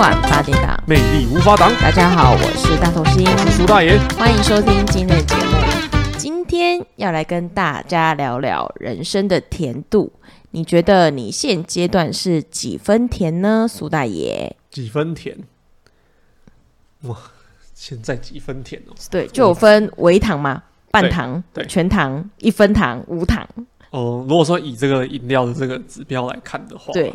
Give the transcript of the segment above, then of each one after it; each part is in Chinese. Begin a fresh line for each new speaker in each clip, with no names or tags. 晚八点档，
魅力无法挡，
大家好，我是大头星，
苏大爷。
欢迎收听今天的节目。今天要来跟大家聊聊人生的甜度，你觉得你现阶段是几分甜呢，苏大爷？
几分甜？哇，现在几分甜哦？
对，就有分微糖嘛、半糖
对、对
全糖、一分糖、无糖。
哦、如果说以这个饮料的这个指标来看的话，
对，，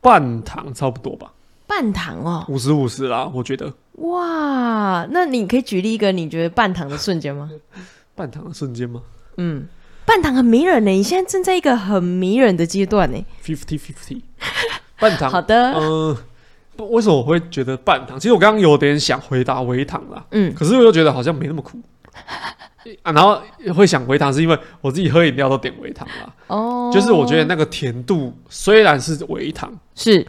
半糖差不多吧，
半糖哦，
五十五十啦，我觉得
哇，那你可以举例一个你觉得半糖的瞬间吗？
半糖的瞬间吗
嗯，半糖很迷人呢，你现在正在一个很迷人的阶段呢。
？Fifty fifty，半糖。
好的，
嗯、不为什么我会觉得半糖？其实我刚刚有点想回答微糖啦，
嗯，
可是我又觉得好像没那 么苦。啊，然后会想微糖，是因为我自己喝饮料都点微糖啦。
哦，
就是我觉得那个甜度虽然是微糖，
是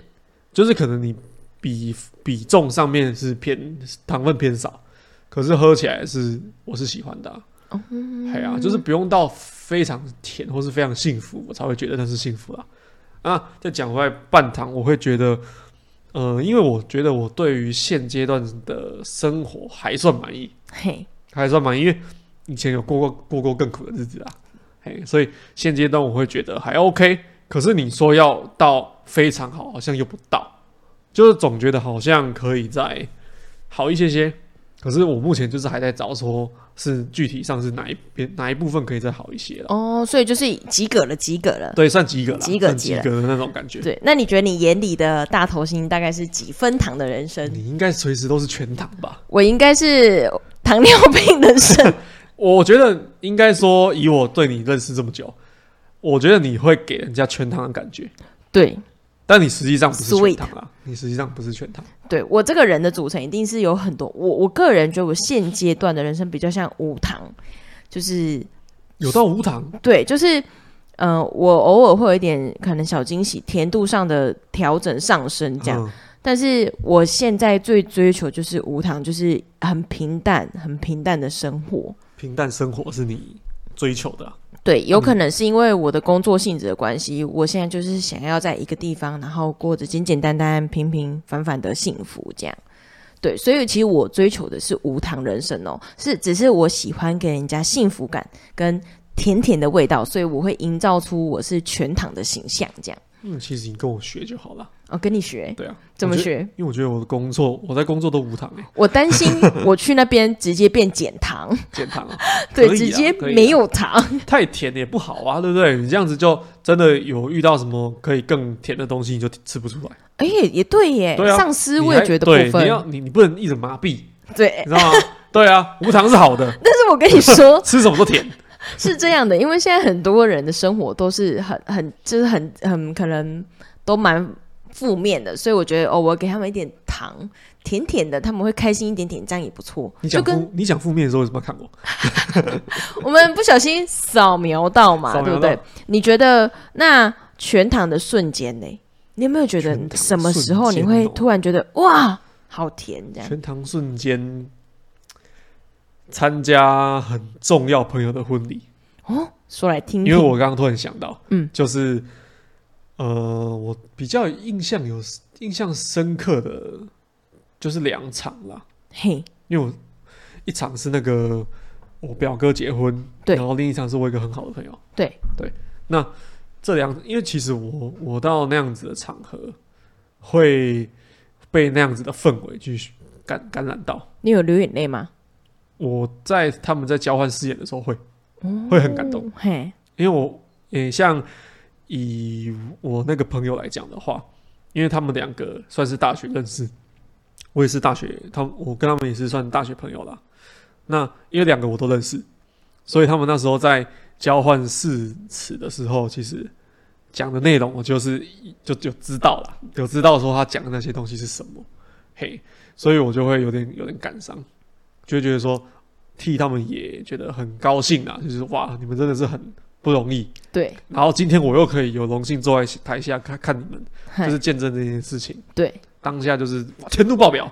就是可能你比比重上面是偏糖分偏少，可是喝起来是我是喜欢的、啊。哎呀、就是不用到非常甜或是非常幸福，我才会觉得那是幸福啦。啊，再讲回来半糖，我会觉得，呃，因为我觉得我对于现阶段的生活还算满意，
嘿，
还算满意，因为以前有过过过过更苦的日子啊，嘿，所以现阶段我会觉得还 OK。可是你说要到非常好，好像又不到，就是总觉得好像可以再好一些些。可是我目前就是还在找，说是具体上是哪一边哪一部分可以再好一些了。
哦，所以就是及格了，及格了。
对，算及格了，
及格
算
及
及
格
格的那种感觉。
对，那你觉得你眼里的大头星大概是几分糖的人生？
你应该随时都是全糖吧？
我应该是糖尿病人 生。
我觉得应该说，以我对你认识这么久，我觉得你会给人家全糖的感觉。
对，
但你实际上不是全糖啦，你实际上不是全糖。
对我这个人的组成一定是有很多，我我个人觉得我现阶段的人生比较像无糖，就是
有到无糖，
对，就是呃，我偶尔会有一点可能小惊喜，甜度上的调整上升这样。
嗯
但是我现在最追求就是无糖，就是很平淡、很平淡的生活。
平淡生活是你追求的啊、
对，有可能是因为我的工作性质的关系，我现在就是想要在一个地方，然后过着简简单单、平平凡凡的幸福这样。对，所以其实我追求的是无糖人生哦，是只是我喜欢给人家幸福感跟甜甜的味道，所以我会营造出我是全糖的形象这样。
嗯，其实你跟我学就好了。
哦，跟你学
对啊，
怎么
我觉得？
学？
因为我觉得我的工作，我在工作都无糖哎、
我担心我去那边直接变减糖，
减糖啊，
对，
可以啊
直接
可以啊
没有糖。
太甜也不好啊，对不对？你这样子就真的有遇到什么可以更甜的东西，你就吃不出来。
哎、也对耶，
对啊
丧失
你
味
还
觉的部
对，你
分
要你你不能一直麻痹，
对。
你知道吗？ 对啊，无糖是好的，
但是我跟你说，
吃什么都甜。
是这样的，因为现在很多人的生活都是很很就是很很可能都蛮负面的，所以我觉得哦，我给他们一点糖，甜甜的，他们会开心一点点，这样也不错。
你
就
讲
跟
负你讲负面的时候，为什么要看我？
我们不小心扫描到嘛，
扫
对
描
不
到
对？你觉得那全糖的瞬间呢？你有没有觉得
全糖
什么时候你
瞬
会
间哦
突然觉得哇，好甜这样？
全糖瞬间参加很重要朋友的婚礼，
哦，说来听
因
听。
为我刚刚突然想到，
嗯，
就是呃，我比较印象有印象深刻的就是两场啦，
嘿，
因为我一场是那个我表哥结婚，
对
然后另一场是我一个很好的朋友，
对
对，那这两，因为其实我我到那样子的场合会被那样子的氛围去感感染到。
你有流眼泪吗？
我在他们在交换誓言的时候会，会很感动，
哦。嘿，
因为我，诶、像以我那个朋友来讲的话，因为他们两个算是大学认识，我也是大学，他们我跟他们也是算大学朋友啦。那因为两个我都认识，所以他们那时候在交换誓词的时候，其实讲的内容我就是就就知道了，有知道说他讲的那些东西是什么，嘿，所以我就会有点有点感伤，就会觉得说替他们也觉得很高兴啊，就是哇，你们真的是很不容易。
对，
然后今天我又可以有荣幸坐在台下看看你们，
嘿
就是见证这件事情，
对，
当下就是哇，天怒爆表，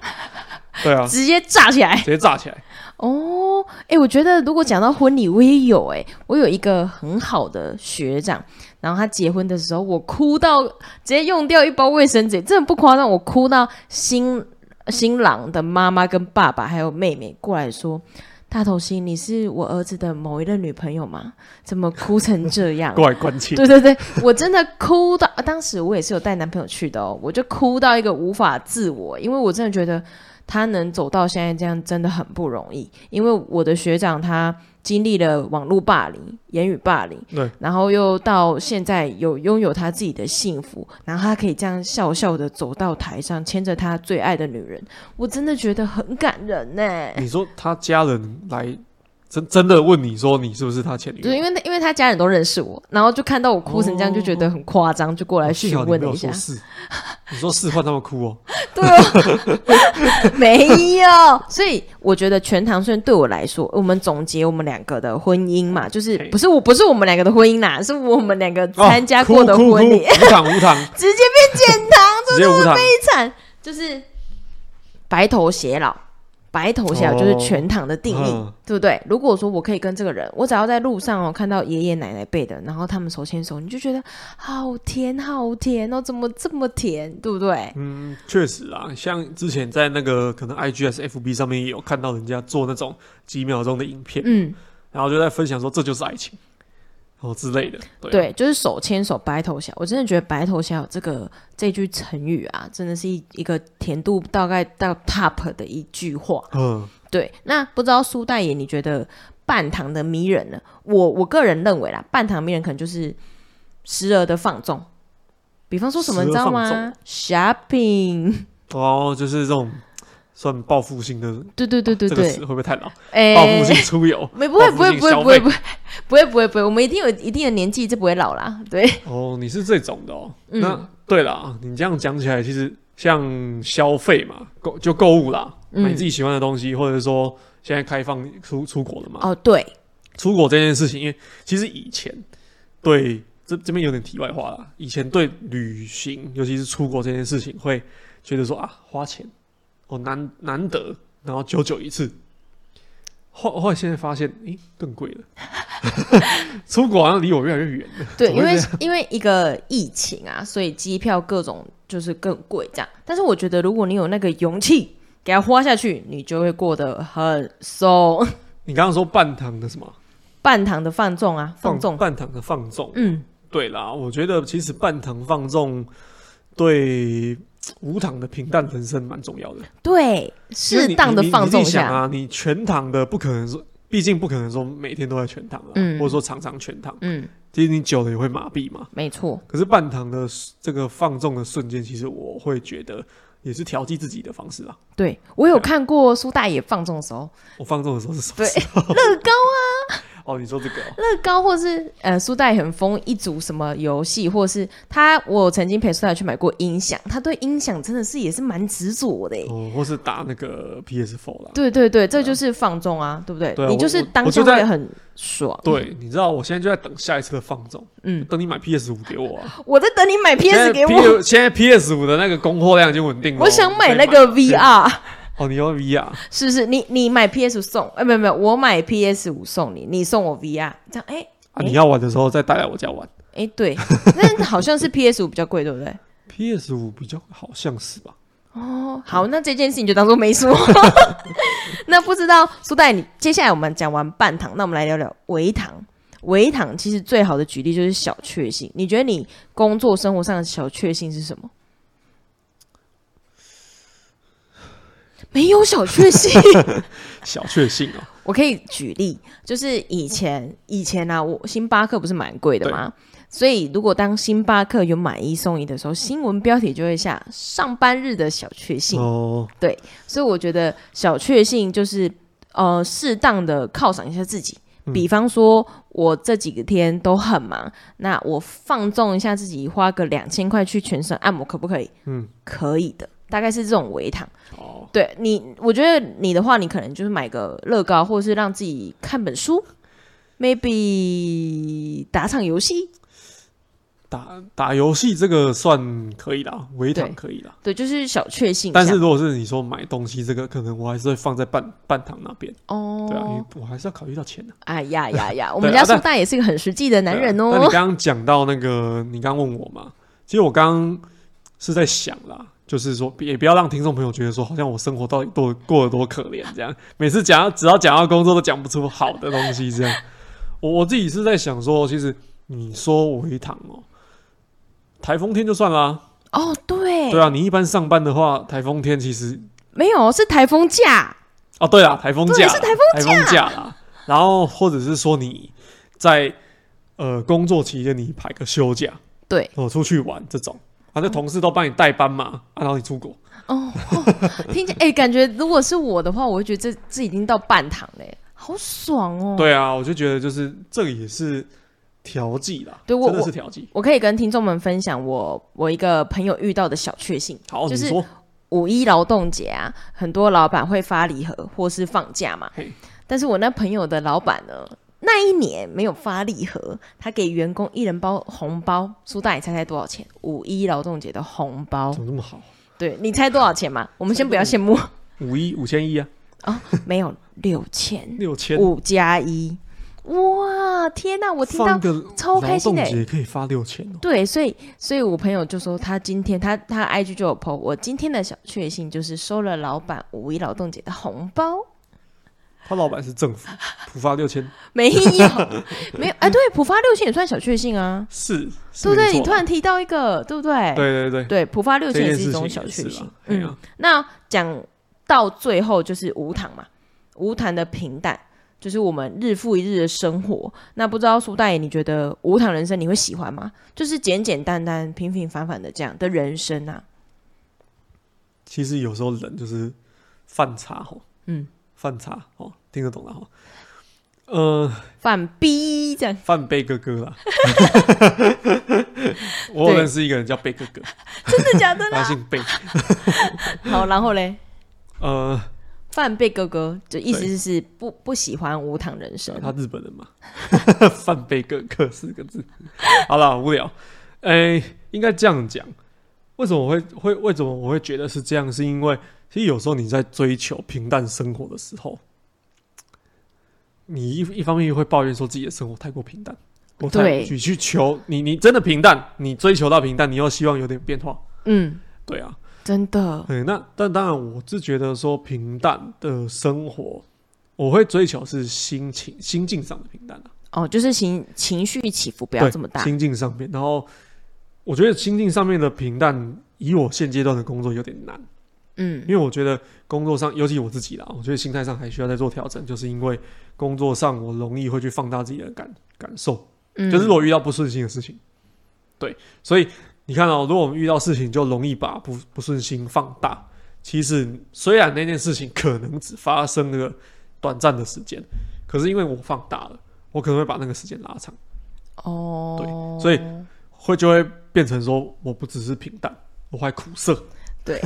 对啊，
直接炸起来。
直接炸起来。
哦，哦，哎、我觉得如果讲到婚礼，我也有哎、我有一个很好的学长，然后他结婚的时候，我哭到直接用掉一包卫生纸，真的不夸张，我哭到新新郎的妈妈跟爸爸还有妹妹过来说。大头星，你是我儿子的某一任女朋友吗？怎么哭成这 样？
过来关切。
对对对，我真的哭到，当时我也是有带男朋友去的哦，我就哭到一个无法自我，因为我真的觉得他能走到现在这样真的很不容易。因为我的学长他经历了网络霸凌、言语霸凌，
对，
然后又到现在有拥有他自己的幸福，然后他可以这样笑笑的走到台上，牵着他最爱的女人，我真的觉得很感人呢、
你说他家人来真真的问你说你是不是他前女友？
对，因为那因为他家人都认识我，然后就看到我哭成这样，就觉得很夸张，就过来
我
询
哦幸好你
问
没
了
有
一下
说。是，你说是换他们哭哦。
对哦， 没有。啊所以我觉得全唐顺对我来说，我们总结我们两个的婚姻嘛，就是
嘿
不是我不是我们两个的婚姻啦，是我们两个
哦
参加过的
哭哭
婚礼，
哦哭无糖无糖，
直接变简堂，
直接无糖。
悲惨，就是白头偕老。白头偕老就是全唐的定义，
哦嗯
对不对？如果说我可以跟这个人，我只要在路上哦看到爷爷奶奶辈的，然后他们手牵手，你就觉得好甜好甜哦，怎么这么甜，对不对？
嗯，确实啊，像之前在那个可能 IGS FB 上面也有看到人家做那种几秒钟的影片，
嗯，
然后就在分享说这就是爱情，哦之类的。对，
对，就是手牵手白头偕老。我真的觉得“白头偕老”这个这句成语啊，真的是一一个甜度大概到 top 的一句话。
嗯，
对，那不知道苏大爷，你觉得半糖的迷人呢？我我个人认为啦，半糖迷人可能就是时而的放纵，比方说什么，你
时
知
而
道
放
吗？shopping，
哦，就是这种算报复性的，
对对对对
这个
对
词，会不会太老？
哎、
报复性出 游。
没不会不
报
会
复性
不会
消
不会
费
不会不会不会不会，我们一定有一定的年纪，就不会老啦。对，
哦，你是这种的哦。
嗯
那对啦，你这样讲起来，其实像消费嘛，购就购物啦，
嗯
买自己喜欢的东西，或者说现在开放出出国了嘛，
哦对，
出国这件事情，因为其实以前对这这边有点题外话啦，以前对旅行，尤其是出国这件事情，会觉得说啊，花钱哦难难得，然后久久一次。后后来现在发现，诶、更贵了。出国好像离我越来越远了。
对，
怎
因
么会
为
这
因为一个疫情啊，所以机票各种就是更贵这样。但是我觉得，如果你有那个勇气给它花下去，你就会过得很松。
你刚刚说半糖的什么？
半糖的放纵啊，放纵，
半糖的放纵。
嗯，
对啦，我觉得其实半糖放纵对无糖的平淡人生蛮重要的。
对，
因为
适
你
当的
你你
放纵一
你自己想
下，
啊，你全糖的不可能说，毕竟不可能说每天都在全糖啊，
嗯
或者说常常全糖，
嗯，
其实你久了也会麻痹嘛。
没错，
可是半糖的这个放纵的瞬间，其实我会觉得也是调剂自己的方式啦。
对我有看过苏大爷放纵的时候，
我放纵的时候是什么
对
时候？
乐高啊
哦，你说这个哦、
乐高或是呃苏大爷很疯一组什么游戏，或是他我曾经陪苏大爷去买过音响，他对音响真的是也是蛮执着的耶。
哦，或是打那个 PS4 啦。
对对对，这就是放纵啊，对不对？
对啊
你就
我
是
我
当
我
下
就在
会很爽。，
对，你知道我现在就在等下一次的放纵，
嗯，
等你买 PS 五给我 啊。
我在等你买 PS 给
现在
我，
P 现在 PS 五的那个供货量已经稳定了哦。
我想买
再
那个
对
VR，
哦，你要 VR，
是不是？你你买 PS 送，哎，没有没有，我买 PS 五送你，你送我 VR，这样哎
啊，你要玩的时候再带来我家玩。
哎 对，那好像是 PS 五比较贵，对不对？
PS 五比较好像是吧？
哦，好，那这件事情就当做没 说。那不知道苏大爷，你接下来我们讲完半糖，那我们来聊聊微糖。微糖其实最好的举例就是小确幸。你觉得你工作生活上的小确幸是什么？ 没有小确幸，
小确幸哦，
我可以举例，就是以前以前啊，我星巴克不是蛮贵的吗？所以如果当星巴克有买一送一的时候，新闻标题就会下“上班日的小确幸”。
哦，
所以我觉得小确幸就是呃，适当的犒赏一下自己。
嗯
比方说，我这几个天都很忙，那我放纵一下自己，花个两千块去全身按摩，可不可以？
嗯，
可以的，大概是这种微糖。
哦，
对你，我觉得你的话，你可能就是买个乐高，或者是让自己看本书，maybe 打场游戏，
打打游戏这个算可以啦，微糖
对
可以啦。
对，就是小确幸一下。
但是如果是你说买东西这个，可能我还是会放在半半糖那边，
哦，
对啊，因为我还是要考虑到钱啊
哎
的、
呀呀 呀，我们家
啊但
苏大也是个很实际的男人
对啊那
哦
你。刚刚讲到那个，你刚刚问我嘛，其实我刚刚是在想啦，就是说也不要让听众朋友觉得说，好像我生活到底多过得多可怜这样， 每次讲到只要讲到工作都讲不出好的东西这样。 我我自己是在想说，其实你说微糖哦、台风天就算啦，
哦，对，
对啊，你一般上班的话，台风天其实
没有是台风假，
哦，对啦，台风假
对
啦
是
台风假啦。然后或者是说你在呃工作期间你排个休假，
对，
我、哦出去玩这种，反、
嗯
正同事都帮你代班嘛，啊、然后你出国，
哦，哦听见哎、感觉如果是我的话，我会觉得这这已经到半糖嘞，好爽哦。，
对啊，我就觉得就是这个也是调剂啦，
对我
真的是调剂。
我可以跟听众们分享我我一个朋友遇到的小确幸，
好，
就是哦
你说
五一劳动节啊，很多老板会发礼盒或是放假嘛
嘿。
但是我那朋友的老板呢，那一年没有发礼盒，他给员工一人包红包。苏大，你猜猜多少钱？五一劳动节的红包
怎，么那么好？
对你猜多少钱嘛？我们先不要羡 慕，
五一五千一啊，
没有六千
六千，
五加一，哇，天哪、我听到
放个
超开心的欸
劳动节可以发六千哦，
对，所以所以我朋友就说他今天他他 IG 就有 po，我今天的小确幸就是收了老板五一劳动节的红包。
他老板是政府，普发 六千
没有， 没有，哎，对，浦发六千也算小确幸啊，
是，是
对不对？
没错
你突
啦
然提到一个，对不对？
对对对，
对，浦发六
这
千也
件
是一
事情
种
也
小确
是
幸
啦。嘿
嗯
啊，
那讲到最后就是无糖嘛，无糖的平淡。就是我们日复一日的生活，那不知道苏大爷，你觉得无糖人生你会喜欢吗？就是简简单单、平平凡凡的这样的人生啊。
其实有时候人就是犯差吼，
嗯，
犯差哦，听得懂了吼。呃，
反逼这样，
范贝哥哥啦，我有认识一个人叫贝哥哥，
真的假的
他
啦？
姓贝。
好，然后嘞，
呃，
范贝哥哥就意思
对
是不不喜欢无糖人生。
他日本人嘛， 范贝哥哥四个字。好了，无聊。哎、应该这样讲。为什么我会会为什么我会觉得是这样？是因为其实有时候你在追求平淡生活的时候，你一一方面会抱怨说自己的生活太过平淡，我太
对
你去求你你真的平淡，你追求到平淡，你又希望有点变化，
嗯，
对啊，
真的，
对，那但当然，我是觉得说平淡的生活，我会追求是心情心境上的平淡啊，
哦，就是情情绪起伏不
不
要这么大。
心境上面，然后我觉得心境上面的平淡，以我现阶段的工作有点难，
嗯
因为我觉得工作上，尤其我自己啦，我觉得心态上还需要再做调整，就是因为工作上我容易会去放大自己的感感受，
嗯，
就是我遇到不顺心的事情，对，所以你看哦，如果我们遇到事情就容易把不不顺心放大。其实虽然那件事情可能只发生了短暂的时间，可是因为我放大了，我可能会把那个时间拉长，
哦，
对所以会就会变成说我不只是平淡，我还苦涩。
对。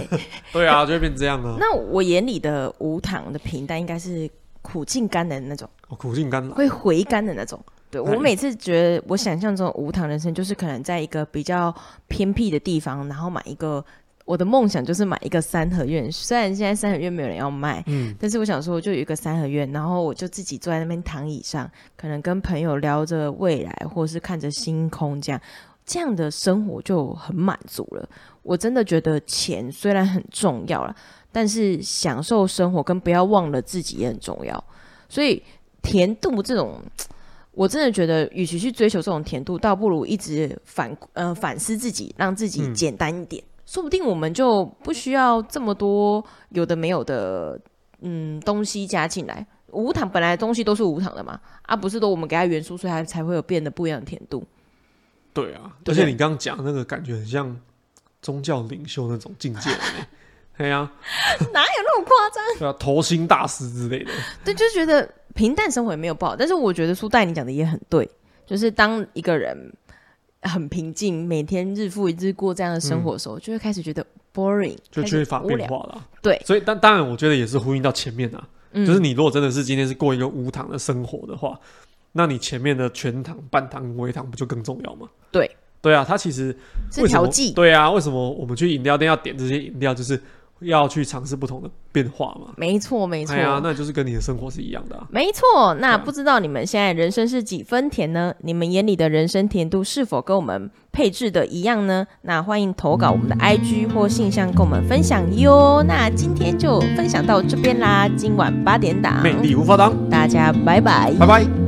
对啊，就会变这样啊，
那我眼里的无糖的平淡应该是苦尽甘来的那种，
我苦尽甘来。
会回甘的那种。对我
哎
每次觉得我想象中的无糖人生，就是可能在一个比较偏僻的地方，然后买一个。我的梦想就是买一个三合院，虽然现在三合院没有人要卖，
嗯，
但是我想说，我就有一个三合院，然后我就自己坐在那边躺椅上，可能跟朋友聊着未来，或是看着星空，这样这样的生活就很满足了。我真的觉得钱虽然很重要了，但是享受生活跟不要忘了自己也很重要。所以甜度这种，我真的觉得，与其去追求这种甜度，倒不如一直反呃反思自己，让自己
嗯
简单一点。说不定我们就不需要这么多有的没有的，嗯，东西加进来。无糖本来东西都是无糖的嘛，啊，不是都我们给它元素，所以它才会有变得不一样的甜度。
对啊，
对
而且你刚刚讲那个感觉很像宗教领袖那种境界了呢。对啊，
哪有那么夸张？
对啊，头心大师之类的。
对，就觉得平淡生活也没有不好，但是我觉得苏戴你讲的也很对，就是当一个人很平静，每天日复一日过这样的生活的时候，就会开始觉得 boring，
嗯就
开始
缺乏
无
变
聊。
化了。
对
所以但当然，我觉得也是呼应到前面啊，
嗯
就是你如果真的是今天是过一个无糖的生活的话，那你前面的全糖、半糖、微糖不就更重要吗？
对
对啊，它其实
是
为什么
调剂，
对啊，为什么我们去饮料店要点这些饮料，就是要去尝试不同的变化嘛？
没错没错。
哎呀，那就是跟你的生活是一样的、啊。
没错，那
对啊
不知道你们现在人生是几分甜呢？你们眼里的人生甜度是否跟我们配置的一样呢？那欢迎投稿我们的 IG 或信箱跟我们分享哟。那今天就分享到这边啦，今晚八点档，
魅力无法挡，
大家拜拜。
拜拜。